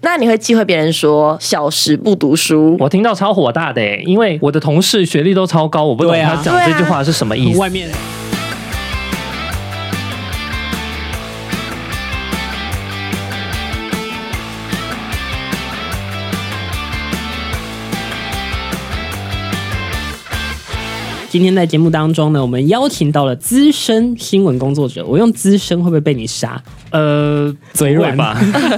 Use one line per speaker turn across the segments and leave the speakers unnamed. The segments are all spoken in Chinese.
那你会忌讳别人说小时不读书？
我听到超火大的、欸，因为我的同事学历都超高，我不懂
对啊
他讲这句话是什么意思。
外面今天在节目当中呢，我们邀请到了资深新闻工作者。我用资深会不会被你杀？
呃，
嘴
不会
软
吧？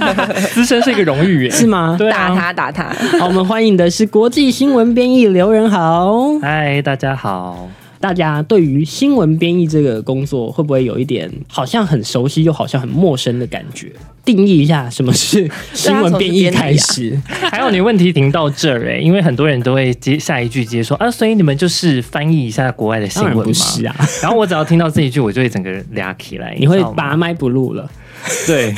资深是一个荣誉、欸，
是吗？
对
打
啊。
他打他！
好，我们欢迎的是国际新闻编译刘仁豪。
嗨，大家好。
大家对于新闻编译这个工作，会不会有一点好像很熟悉又好像很陌生的感觉？定义一下什么 是新闻编译开始？
还有你问题停到这儿、欸，因为很多人都会接下一句接说啊，所以你们就是翻译一下国外的新
当然
闻嘛。
不是啊，
然后我只要听到这一句，我就会整个人俩起来。
你会
知道吗
拔麦不录了。
对，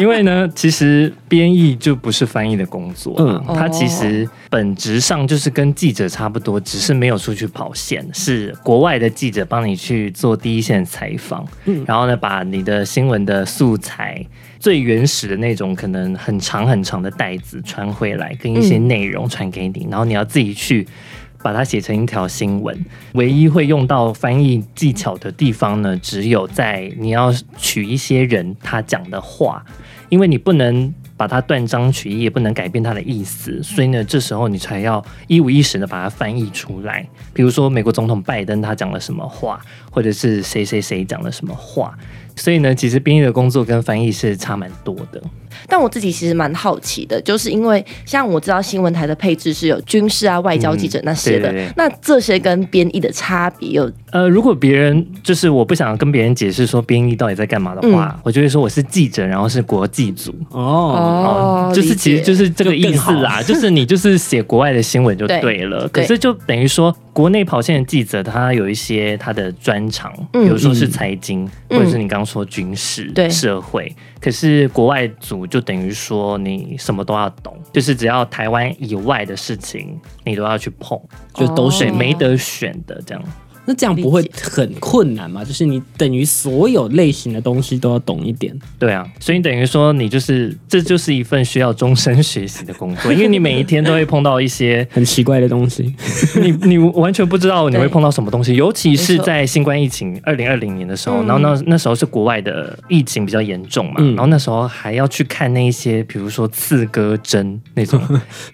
因为呢，其实编译就不是翻译的工作，嗯，
嗯
它其实本质上就是跟记者差不多，只是没有出去跑线，是国外的记者帮你去做第一线采访，嗯，然后呢，把你的新闻的素材。最原始的那种，可能很长很长的带子传回来，跟一些内容传给你，然后你要自己去把它写成一条新闻。唯一会用到翻译技巧的地方呢，只有在你要取一些人他讲的话，因为你不能。把它断章取义，也不能改变它的意思，所以呢，这时候你才要一五一十的把它翻译出来。比如说，美国总统拜登他讲了什么话，或者是谁谁谁讲了什么话。所以呢，其实编译的工作跟翻译是差蛮多的。
但我自己其实蛮好奇的，就是因为像我知道新闻台的配置是有军事啊、外交记者那些的，
对对对
那这些跟编译的差别有
呃，如果别人就是我不想跟别人解释说编译到底在干嘛的话，我就会说我是记者，然后是国际组。
哦，
哦
就是其实就是是这个意思啦， 就是你就是写国外的新闻就对了。
对
可是就等于说，国内跑线的记者他有一些他的专长，
嗯
比如说是财经，
嗯
或者是你刚说军事、
对
社会。可是国外组就等于说你什么都要懂，就是只要台湾以外的事情你都要去碰，
就都
对，
是
哦
没得选的这样。
那这样不会很困难吗？就是你等于所有类型的东西都要懂一点。
对啊，所以等于说你就是，这就是一份需要终身学习的工作，因为你每一天都会碰到一些
很奇怪的东西，
你你完全不知道你会
对
碰到什么东西，尤其是
没错
在新冠疫情二零二零年的时候，
嗯
然后那那时候是国外的疫情比较严重嘛，
嗯
然后那时候还要去看那一些，比如说刺胳针 那种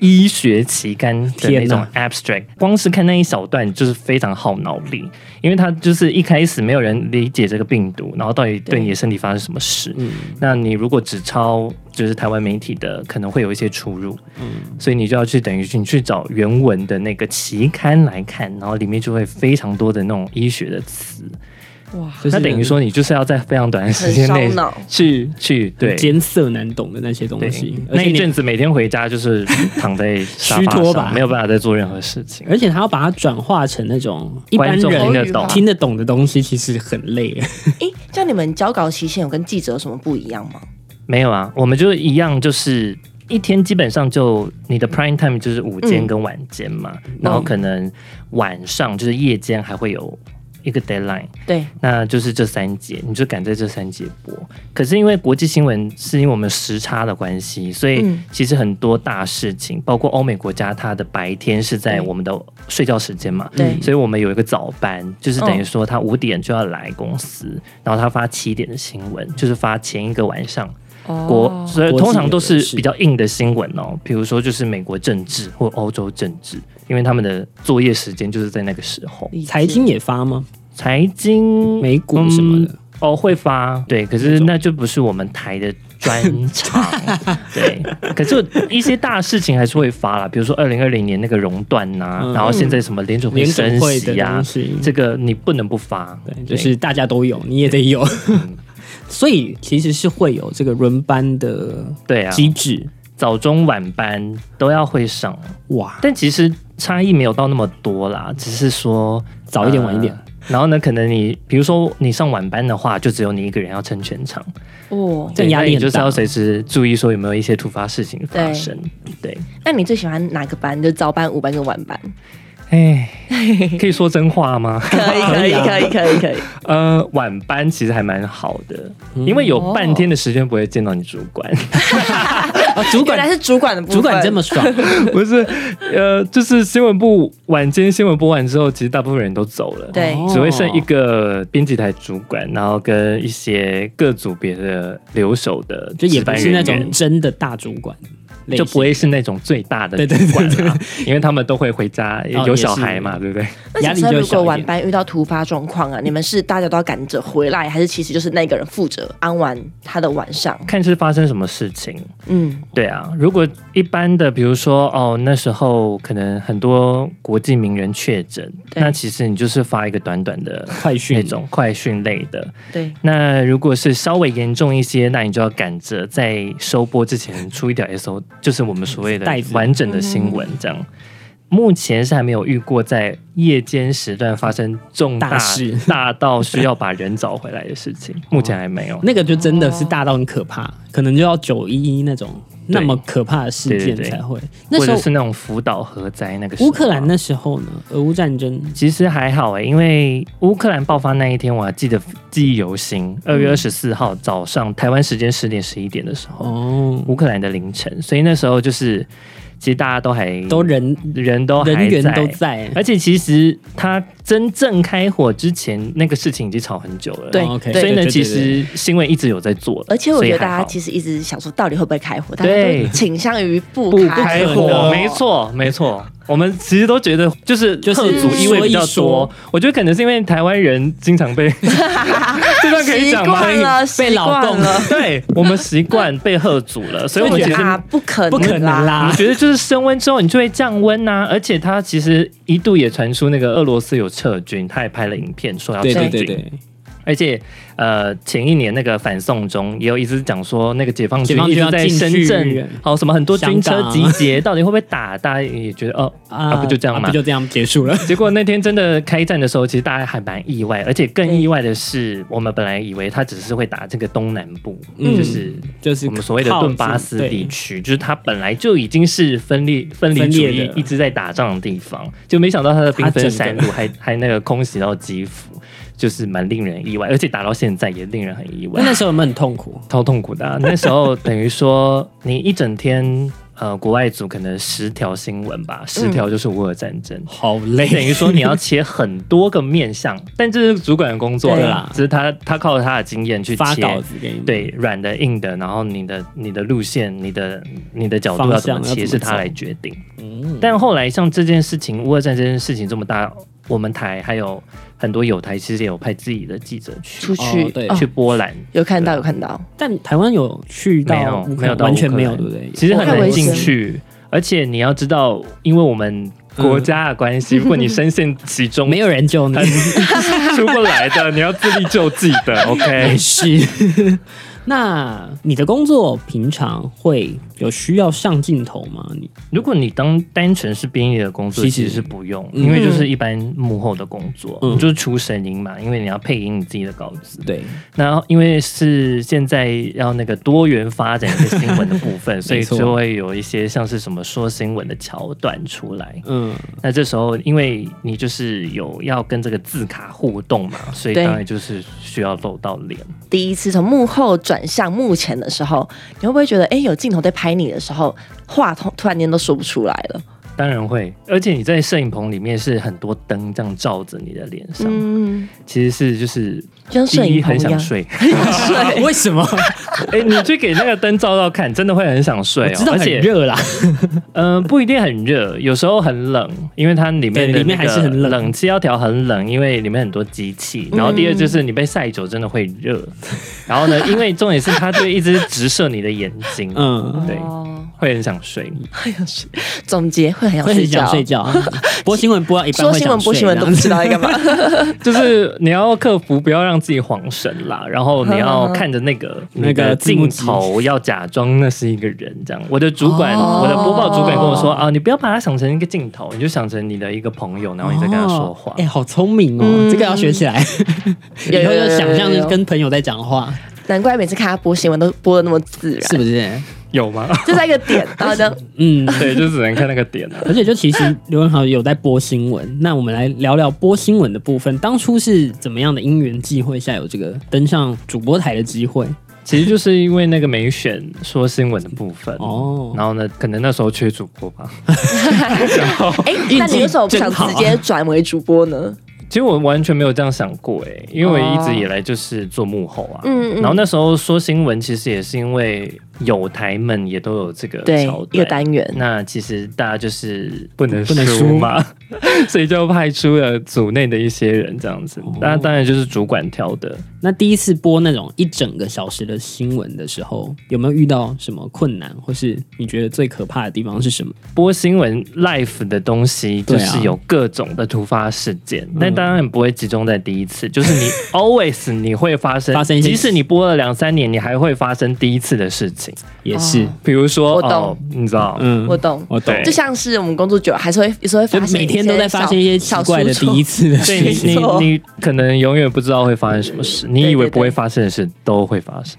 医学期刊的那
天
种
哪
abstract，光是看那一小段就是非常耗脑力，因为它就是一开始没有人理解这个病毒，然后到底对
对
你的身体发生什么事，
嗯
那你如果只抄就是台湾媒体的，可能会有一些出入。
嗯
所以你就要去等于去你去找原文的那个期刊来看，然后里面就会非常多的那种医学的词。
哇，
就是
那等于说你就是要在非常短的时间
很
内
烧脑
去去对
很艰涩难懂的那些东
对
西。而
那
且
一
你
阵子每天回家就是躺在沙
虚
发
脱吧
上，没有办法再做任何事情。
而且他要把它转化成那种一般
观众听
人
得懂
口语化
听得懂的东西，其实很累。
诶，像你们交稿期限有跟记者有什么不一样吗？
没有啊？我们就一样，就是一天基本上就你的 prime time 就是午间跟晚间嘛，
嗯
然后可能晚上就是夜间还会有一个 deadline。
对，
那就是这三节，你就赶在这三节播。可是因为国际新闻是因为我们时差的关系，所以
嗯
其实很多大事情，包括欧美国家，它的白天是在
对
我们的睡觉时间嘛，
对
所以我们有一个早班，就是等于
嗯
说他五点就要来公司，然后他发七点的新闻，就是发前一个晚上。
哦
国，所以
国际
通常都
人
是
士
比较硬的新闻哦，比如说就是美国政治或欧洲政治，因为他们的作业时间就是在那个时候。
理解
财经也发吗？
财经
美股什么的
嗯哦，会发对，可是那就不是我们台的专 长，对。可是一些大事情还是会发啦，比如说二零二零年那个熔断呐、
嗯
然后现在什么联准会
联
升
准会的
息啊
东，西，
这个你不能不发，
对，就是大家都有，你也得有，
嗯
所以其实是会有这个轮班的
对啊，
机制。
早中晚班都要会上，
哇，
但其实差异没有到那么多啦，只是说
早一点晚一点
呃然后呢，可能你比如说你上晚班的话，就只有你一个人要撑全场。
哦。
这样压力
对那你就
很
是要
大。
随时注意说有没有一些突发事情发生。对，
那你最喜欢哪个班？就早班、午班跟晚班？
哎，可以说真话吗？
可以，可以，可以，可以，可以。
呃，晚
嗯
班其实还蛮好的，因为有半天的时间不会见到你主管，
哦，主
原
管
来是主管的部分。
主管这 么爽，
不是，呃，就是新闻部晚间新闻播完之后，其实大部分人都走了，
对
哦
只会剩一个编辑台主管，然后跟一些各组别的留守的
就
值
也不
班
是那
人
种
员
真的大主管类型，
就不会是那种最大的
对对
主管啦，因为他们都会回家，
哦
有小
也是
孩嘛，对不对？
那
压
假
力
设
就
如
小
果
一
晚
点。
班遇到突发状况啊，你们是大家都要赶着回来，还是其实就是那个人负责安完他的晚上？
看是发生什么事情。
嗯，
对啊，如果一般的，比如说哦，那时候可能很多国际名人确诊，
对
那其实你就是发一个短短的
快
那
讯
种快讯类的。
对，
那如果是稍微严重一些，那你就要赶着在收播之前出一条 S O，就是我们所谓的
带子
完整的新闻这样。目前是还没有遇过在夜间时段发生重大
大事
大到需要把人找回来的事情，目前还没有。
那个就真的是大到很可怕，可能就要九一一那种那么可怕的事
对
件
对对
才会。
或者
那时
是那种福岛核灾那个时
候
候啊
乌克兰那时候呢，俄乌战争
其实还好哎、因为乌克兰爆发那一天，我还记得记忆犹新。
嗯
二月二十四号早上，台湾时间十点十一点的时候，
哦，
乌克兰的凌晨，所以那时候就是，其实大家都还
都人
人都还
人员都
在。
在，
而且其实他真正开火之前，那个事情已经吵很久了。
对
哦，OK
对
所以呢，
对对
其实新闻一直有在做的，
而且我觉得
所以还
大
好
家其实一直想说，到底会不会开火？大家
对
都倾向于不
不
开
开火
火，
没错，没错。我们其实都觉得，就是
就是
特族意味比较多。
说一说
我觉得可能是因为台湾人经常 被这段可以
习
讲吗？
惯了，
被
习
老
惯
共
了，
对我们习惯被喝阻了，所以我
就
们
觉
其
得
实
啊，不可能，
不可能。
我
啦。
觉得就是升温之后，你就会降温呐、而且他其实一度也传出那个俄罗斯有撤军，他也拍了影片说要撤
对
军。
对对对，
而且呃，前一年那个反送中也有一直讲说，那个解放
解
军
放
一
军
直
要
在
进
深
去
圳，好什么很多军
香
车
港啊
集结，到底会不会打？大家也觉得哦啊，不就这样
啊
嘛
不。就这样 结束了。
结果那天真的开战的时候，其实大家还蛮意外，而且
嗯
更意外的是，我们本来以为他只是会打这个东南部，
嗯
就是
就是
我们所谓的
靠
顿巴
近
斯
对
地区，就是它本来就已经是分裂分离
分
主
裂
义
的
一直在打仗的地方，就没想到它的兵
它整
分
个
三路还还那个空袭到基辅，就是蛮令人意外，而且打到现在也令人很意外
那，那时候有没有很痛苦？
超痛苦的啊、那时候等于说你一整天，呃，国外组可能十条新闻吧，
嗯
十条就是乌俄战争。
好
等
累，
于说你要切很多个面向，但这是主管的工作
对
啦
啦，
只是他他靠他的经验去
啊 发
切
稿子给你们。
对软的、硬的，然后你的你的路线、你的你的角度要怎么
方向要怎
切，
么
是他
走
来决定。
嗯，
但后来像这件事情，乌俄战争事情这么大，我们台还有很多友台其实也有派自己的记者去
出去
哦对
哦
去波兰，
有看
啊
到有看到，
但台湾有去
没
到
有
乌克
没有
兰
到
哦完全没有，
乌克
对
兰
不对？
其实很
太
难
危
进
险
去，而且你要知道，因为我们国家的关系，如果你深陷其中，
嗯 没有人救你。
出不来的，你要自力救济的。OK，
是。 那你的工作平常会有需要上镜头吗？你
如果你当单纯是编译的工作，
其
其
实
实是不用，
嗯
因为就是一般幕后的工作，
嗯
就是出声音嘛，因为你要配音你自己的稿子。
对，
那因为是现在要那个多元发展一些新闻的部分，所以
错
就会有一些像是什么说新闻的桥段出来。
嗯，
那这时候，因为你就是有要跟这个字卡互动嘛，所以
对
当然就是需要露到脸。
第一次从幕后转向幕前的时候，你会不会觉得，哎，有镜头在拍你的时候，话筒突然间都说不出来了？
当然会，而且你在摄影棚里面是很多灯这样照着你的脸上，
嗯，
其实是就是
就像摄
第一
影棚
很
一
想
样。
睡。
为什么？
哎、你去给那个灯照照看，真的会很想睡哦。
知道
而
很
且，
热啦，
嗯、不一定很热，有时候很冷，因为它里面的、那个
对里面还是很冷
冷气要调很冷，因为里面很多机器。然后第二
嗯
就是你被晒久真的会热，然后呢，因为重点是它就一直直射你的眼睛，
嗯，
对，
哦，
会很想睡。
很想睡。总结会很想
会
睡
很
觉
想。睡觉。 播新闻播到一半
说
会
新闻
想
播
睡啊
新闻都不知
这样子，
道在干嘛。
就是你要克服不要让自己晃神啦，然后你要看着那个
那个
你的
字幕
镜
机
头，要假装那是一个人这样。我的主管，
哦
我的播报主管跟我说啊，你不要把它想成一个镜头，你就想成你的一个朋友，然后你在跟他说话
哦。哎，好聪明哦，
嗯
这个要学起来。
有
以后
有有
就
有
想象
有有
跟朋友在讲话，
难怪每次看他播新闻都播的那么自然，
是不是？
有吗？
就在一个点，然后呢，
嗯，
对，就只能看那个 点啊了。
而且就其实刘文豪有在播新闻，那我们来聊聊播新闻的部分。当初是怎么样的因缘际会下有这个登上主播台的机会？
其实就是因为那个没选说新闻的部分哦，
哦
然后呢，可能那时候缺主播吧。
哎、
运
那你
气
为什么不
真
想
好
直接转为主播呢？
其实我完全没有这样想过哎、因为我一直以来就是做幕后啊。
嗯嗯
然后那时候说新闻，其实也是因为有台们也都有这个
对
桥，
一个单元。
那其实大家就是不能
不能输
输嘛， 所以就派出了组内的一些人这样子。那当然就是主管挑的，
那第一次播那种一整个小时的新闻的时候，有没有遇到什么困难，或是你觉得最可怕的地方是什么？
播新闻 l i f e 的东西，
对
就
啊嗯
是有各种的突发事件，那、当然不会集中在第一次，就是 你 always 你会发生，
发生一些
即使你播了两三年，你还会发生第一次的事情，
也是，
比如说
我懂
哦，你知道，
嗯，
我懂，
我懂，
对
就像是我们工作久了，还是会有时候会
就
发现，
每天都在发生一些奇怪的第
第
一次的
所
事
以
情。
你
没错
你你可能永远不知道会发生什么事，你以为不会发生的事都会发生。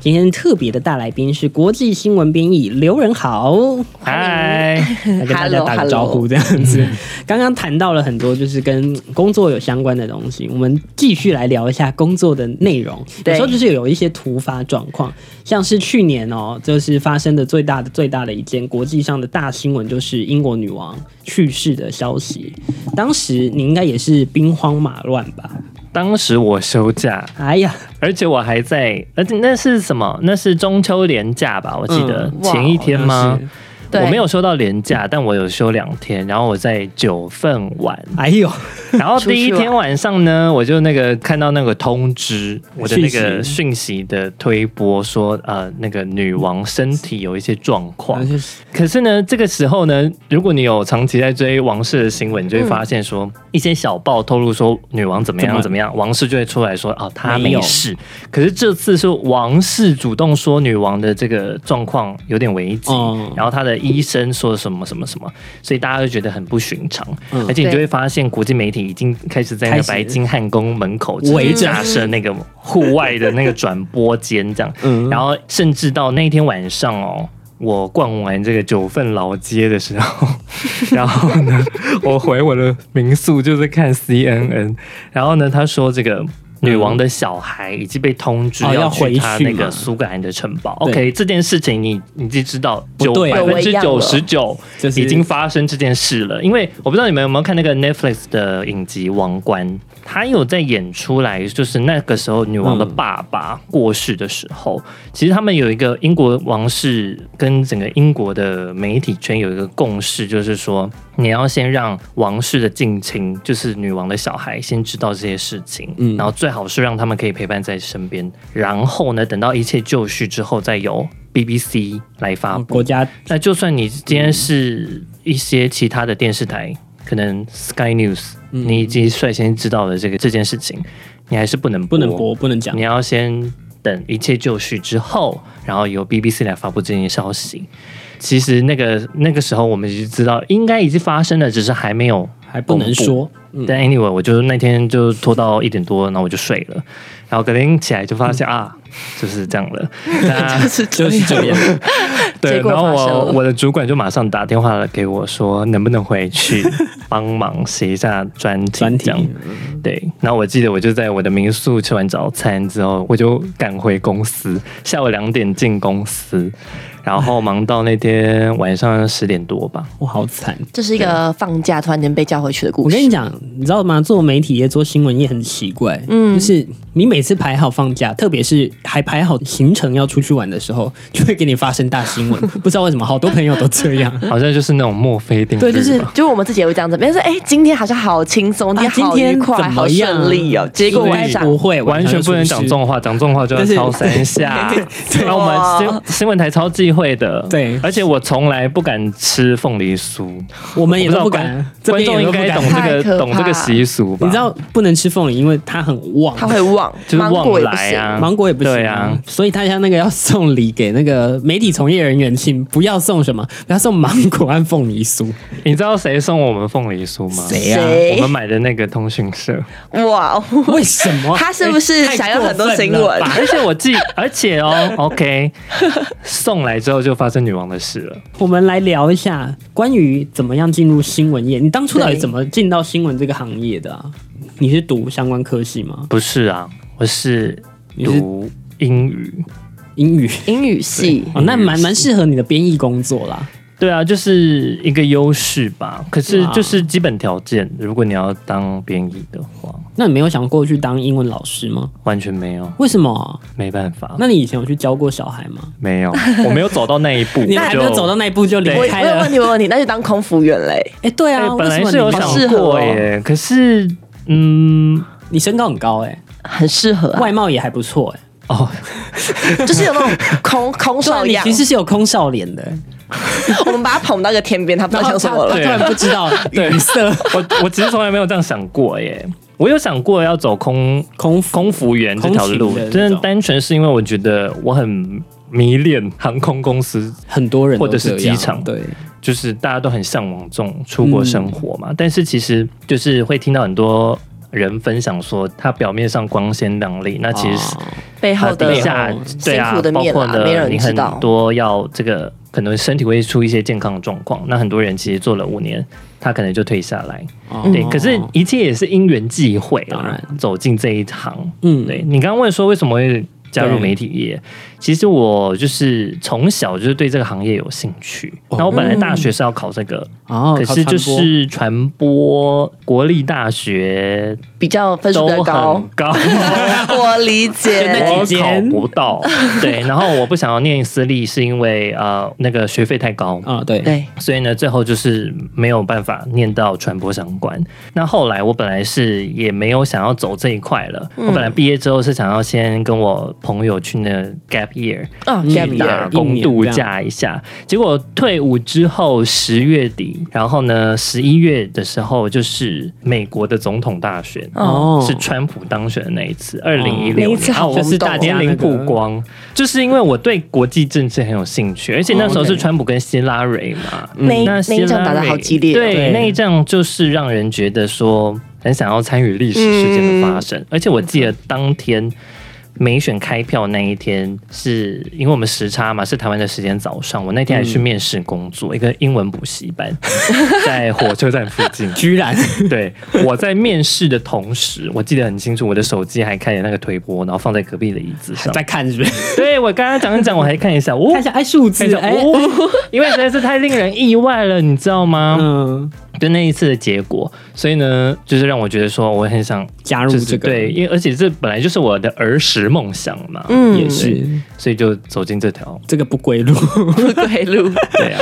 今天特别的大来宾是国际新闻编译刘仁豪，
嗨，
来跟大家打个招呼，这样子。 刚刚谈到了很多就是跟工作有相关的东西，我们继续来聊一下工作的内容。有
对
时候就是有一些突发状况，像是去年哦，就是发生的最大的最大的一件国际上的大新闻，就是英国女王去世的消息。当时你应该也是兵荒马乱吧？
当时我休假，
哎呀，
而且我还在，而且那是什么？那是中秋连假吧？我记得、
嗯哇
前一天吗？
对嗯
我没有休到连假，但我有休两天，然后我在九份 玩，
哎呦，
然后第一
出去
天晚上呢，我就那个看到那个通知，我的那个
讯息
讯息的推播说，呃，那个女王身体有一些状况，可是呢，这个时候呢，如果你有长期在追王室的新闻，你就会发现说、一些小报透露说女王怎么
怎
样
么
怎么样，王室就会出来说啊，她
没有
没事。可是这次是王室主动说女王的这个状况有点危急，
嗯
然后她的医生说什么什么什么，所以大家就觉得很不寻常，
嗯
而且你
对
就会发现国际媒体已经开始在那
开
个
始
白金汉宫门口就是
围着
架设那个户外的那个转播间这样，
嗯
然后甚至到那天晚上哦，我逛完这个九份老街的时 候，然后呢，我回我的民宿就是看 CNN，然后呢，他说这个。女王的小孩已经被通知
哦要
去她
回去
那个
嘛
苏格兰的城堡。
对
OK，这件事情你你就知道，
不
九
对
百
啊
分之九十九
就是
已经发生这件事了。因为我不知道你们有没有看那个 Netflix 的影集《王冠》，他有在演出来，就是那个时候女王的爸爸过世的时候，其实他们有一个英国王室跟整个英国的媒体圈有一个共识，就是说你要先让王室的近亲，就是女王的小孩，先知道这些事情，
嗯
然后最好是让他们可以陪伴在身边，然后呢，等到一切就绪之后，再由 BBC 来发布。
国家
那就算你今天是一些其他的电视台，可能 Sky News，、你已
嗯
经率先知道了这个这件事情，你还是不能
不能播，不能讲
你，要先等一切就绪之后，然后由 BBC 来发布这件消息。其实那个那个时候我们就知道应该已经发生了，只是还没有
还不能
公布
说。嗯
但 anyway，我就那天就拖到一点多，然后我就睡了，然后隔天起来就发
嗯
现、啊，就是这样了。 那
是
就是这 样，
对
结，果
然
发
后
生
我
了
我的主管就马上打电话来给我说，能不能回去帮忙写一下专题？
专题
这样对。然后我记得我就在我的民宿吃完早餐之后，我就赶回公司，下午两点进公司，然后忙到那天晚上十点多吧。
我好惨。
这是一个放假突然间被叫回去的故
我
事。
跟你讲，你知道吗？做媒体业、做新闻业很奇怪，嗯，就是你每次排好放假，特别是还排好行程要出去玩的时候，就会给你发生大新闻。不知道为什么，好多朋友都这 样。
好像就是那种墨菲定律吧，
对就是
就是我们自己也会这样子，别人说哎，今天好像好轻松，
啊
好愉快，
今天怎么
好
样
顺利哦。结果
应
晚
该
上
不会，
完全不能讲
中。
重话，讲重话就要超三下。然后我们新新闻台超忌讳的，
对
而且我从来不敢吃凤梨酥，
我们也都
我
不
知道
敢，这
观
边
众
也
应
都不
该
敢
懂这
太可
个
怕
懂这个习俗吧？
你知道不能吃凤梨，因为它很旺，
他会忘，
就是
芒
旺
果也不
来
行。
啊，
芒果也不行、
对啊。
所以大家那个要送礼给那个媒体从业人员，请不要送什么，不要送芒果和凤梨酥。
你知道谁送我们凤梨酥吗？
谁啊
谁
我们买的那个通讯社，
哇哦，
为什么？哎
他是不是
太
想要很多
过分
新
了
闻
吧？
而且我记，而且哦，OK，送来之后就发生女王的事了。
我们来聊一下关于怎么样进入新闻业。你当初到底
对
怎么进到新闻这个行业的啊？你是读相关科系吗？
不是啊，我是
你是
读英语。
英语
英语系
哦，那蛮蛮适合你的编译工作啦。
对啊，就是一个优势吧。可是
哇
就是基本条件，如果你要当编译的话，
那你没有想过去当英文老师吗？
完全没有，
为什么啊？
没办法，
那你以前有去教过小孩吗？
没 有，我没有走到那一步，
你还没有走到 那一步就离
我我
开
有
了
问？题，我有问题，那就当空服员嘞。
哎，对
哎
啊，
本来
为
是
什么
有
你
好
想
适合哦
过耶，可是嗯，
你身高很高哎，
很适合、啊，
外貌也还不错哎，
哦，
就是有那种空空
对啊，
少
你
样
其。实是有空少脸的，
我们把他捧到一个天边，他不知
然
道
后
想
他
什么
他
了
对。
突然不知道 语塞，
我我其实从来没有这样想过耶，我有想过要走空
空
空服员这条
空
路
勤的，那种
真的单纯是因为我觉得我很迷恋航空公司，
很多人都
或者是
这样
机场
对，
就是大家都很向往这种出国生活
嗯
嘛。但是其实就是会听到很多人分享说，他表面上光鲜亮丽，那其实是
哦
背后的嗯
呃底下对
辛
啊
苦的，
包
面
括
啊
呢，
没人
你
知
很
道
多要这个可能身体会出一些健康状况，那很多人其实做了五年，他可能就退下来。
哦
嗯
对，可是一切也是因缘际会
当
啊
然，
走进这一行。
嗯
对你刚刚问说为什么会加入
对
媒体业，其实我就是从小就是对这个行业有兴趣。
哦
然后我本来大学是要考这个，
嗯
哦，
可
靠
是就
传播
是传播国立大学
比较分数
都
比较
很
高。
高
我理解，
我
几间
考不 到，对，然后我不想要念私立，是因为呃那个学费太高，
啊，对，
对，
所以呢，最后就是没有办法念到传播相关。那后来我本来是也没有想要走这一块了，
嗯
我本来毕业之后是想要先跟我朋友去那 gap year
嗯
嗯
，gap
去打
year，
工度假一下。结果退伍之后十月底，然后呢十一月的时候就是美国的总统大选。
哦，
是川普当选的那一次，二零一
那
六
一
年啊
次，好轰动
就是大家
年
那
龄
个
曝光，就是因为我对国际政治很有兴趣，而且那时候
哦
是
，OK
川普跟希拉蕊嘛，嗯
那一
那
那一仗打得好激烈哦
对
对
那一仗就是让人觉得说很想要参与历史事件的发
嗯
生，而且我记得当天。美选开票那一天，是因为我们时差嘛，是台湾的时间早上。我那天还去面试工
嗯
作，一个英文补习 班，在火车站附近。
居然
对，我在面试的同时，我记得很清楚，我的手机还开着那个推播，然后放在隔壁的椅子上
在。看是不是？
对我刚刚讲一讲，我还看一下，哦，
看一下，哎，数
看一
字，
下，
哎，
哦，因为实在是太令人意外了，你知道吗？
嗯，
就那一次的结果，所以呢，就是让我觉得说，我很想
加入
就是
这个，
对，因为而且这本来就是我的儿时梦想嘛，
嗯，
也是
所以就走进这条，
这个不归路。
不归 路。
对啊，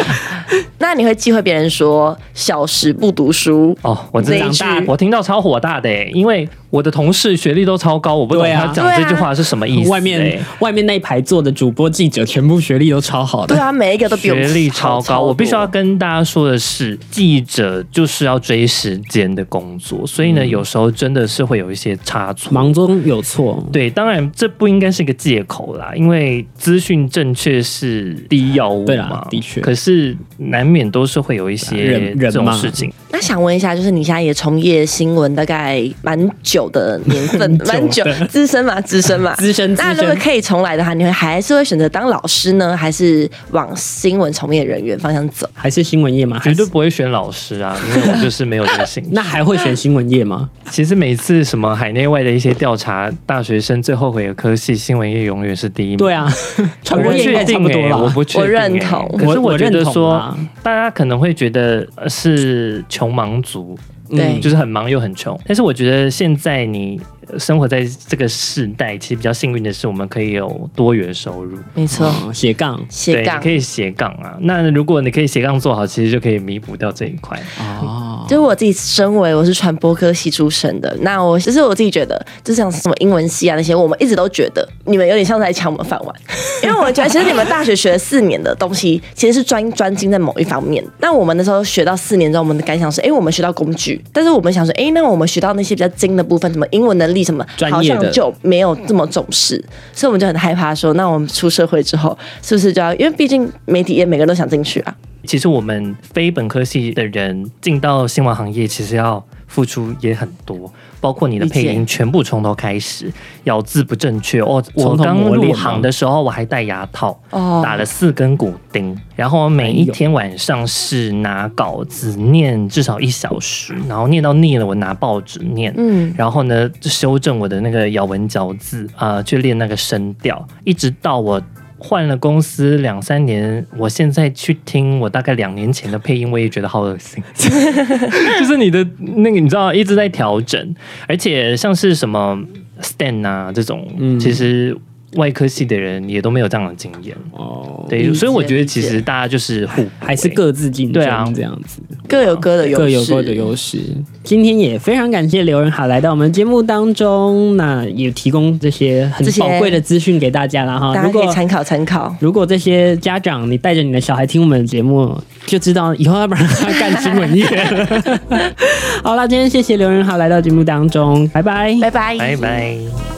那你会忌讳别人说小时不读书？
哦，我真
那一句
我听到超火大的欸，因为我的同事学历都超高，我不懂
对啊啊
他讲这句话是什么意思欸，
外面外面那一排坐的主播记者，全部学历都超好的。
对啊，每一个都比我们
学历
好
超高，我必须要跟大家说的是，记者就是要追时间的工作，所以呢，有时候真的是会有一些差错。
嗯忙中有错，
对，当然这不应该是一个借口啦，因为资讯正确是第一要务
对
嘛
啦，的确
可是难免都是会有一些
人
这
人
种
嘛
事情。
那想问一下，就是你现在也从业新闻大概蛮久的年份，蛮久，资深嘛，资深嘛，
资深资
那如果
深。
可以重来的话，你会还是会选择当老师呢，还是往新闻从业人员方向走？
还是新闻业吗？
绝对
还是
不会选老师啊，因为我就是没有这个兴 趣。
那还会选新闻业吗？
其实每次什么海内外的一些调查，大学生最后悔的科系新闻业永远是第一名。
对啊， 传
我不
播业应
确
该差
定
不多
欸，
啦。
我不确定
我
欸、
认同
可是
我
觉
认
得
同啊
说
啦，
大家可能会觉得呃是穷忙族，
嗯对
就是很忙又很穷。但是我觉得现在你呃生活在这个世代，其实比较幸运的是，我们可以有多元收入。
没错，
嗯斜杠
斜
对，
杠
你可。以斜杠啊。那如果你可以斜杠做好，其实就可以弥补掉这一块。
哦，
就是我自己身为我是传播科系出身的，那我其实我自己觉得，就像什么英文系啊那些，我们一直都觉得你们有点像在抢我们饭碗， 因为我觉得其实你们大学学了四年的东西，其实是专专精在某一方面。那我们那时候学到四年之后，我们的感想是，哎、我们学到工具，但是我们想说，哎、那我们学到那些比较精的部分，什么英文能力什么，
专
好
业的
像就没有这么重视，所以我们就很害怕说，那我们出社会之后是不是就要，因为毕竟媒体业每个人都想进去啊，
其实我们非本科系的人进到新闻行业，其实要付出也很多，包括你的配
理解
音全部从头开始，咬字不正确哦。我
从头
刚
磨练
入
吗
行的时候，我还戴牙套，
哦
打了四根骨钉，然后每一
哎呦
天晚上是拿稿子念至少一小时，然后念到腻了，我拿报纸念，
嗯
然后呢，就修正我的那个咬文嚼字啊、呃去练那个声调，一直到我换了公司两三年，我现在去听我大概两年前的配音，我也觉得好恶 心，就是你的那个你知道一直在调整，而且像是什么 stand 啊这种，
嗯
其实外科系的人也都没有这样的经验，
哦，
对，
理
所以我
解
觉得
理
其
解
实大家就是互补
还是
欸
各自竞
对啊
争这样子。
各有各的优势，
各有各的优势。今天也非常感谢刘仁海来到我们节目当中，那也提供这些很
这些
宝贵的资讯给大家了哈。
大家
啊如
可
果
以参考参考。
如果这些家长，你带着你的小孩听我们的节目，就知道以后要不然他干新闻业了。 好啦，今天谢谢刘仁豪来到节目当中，拜拜。
拜拜，
拜拜。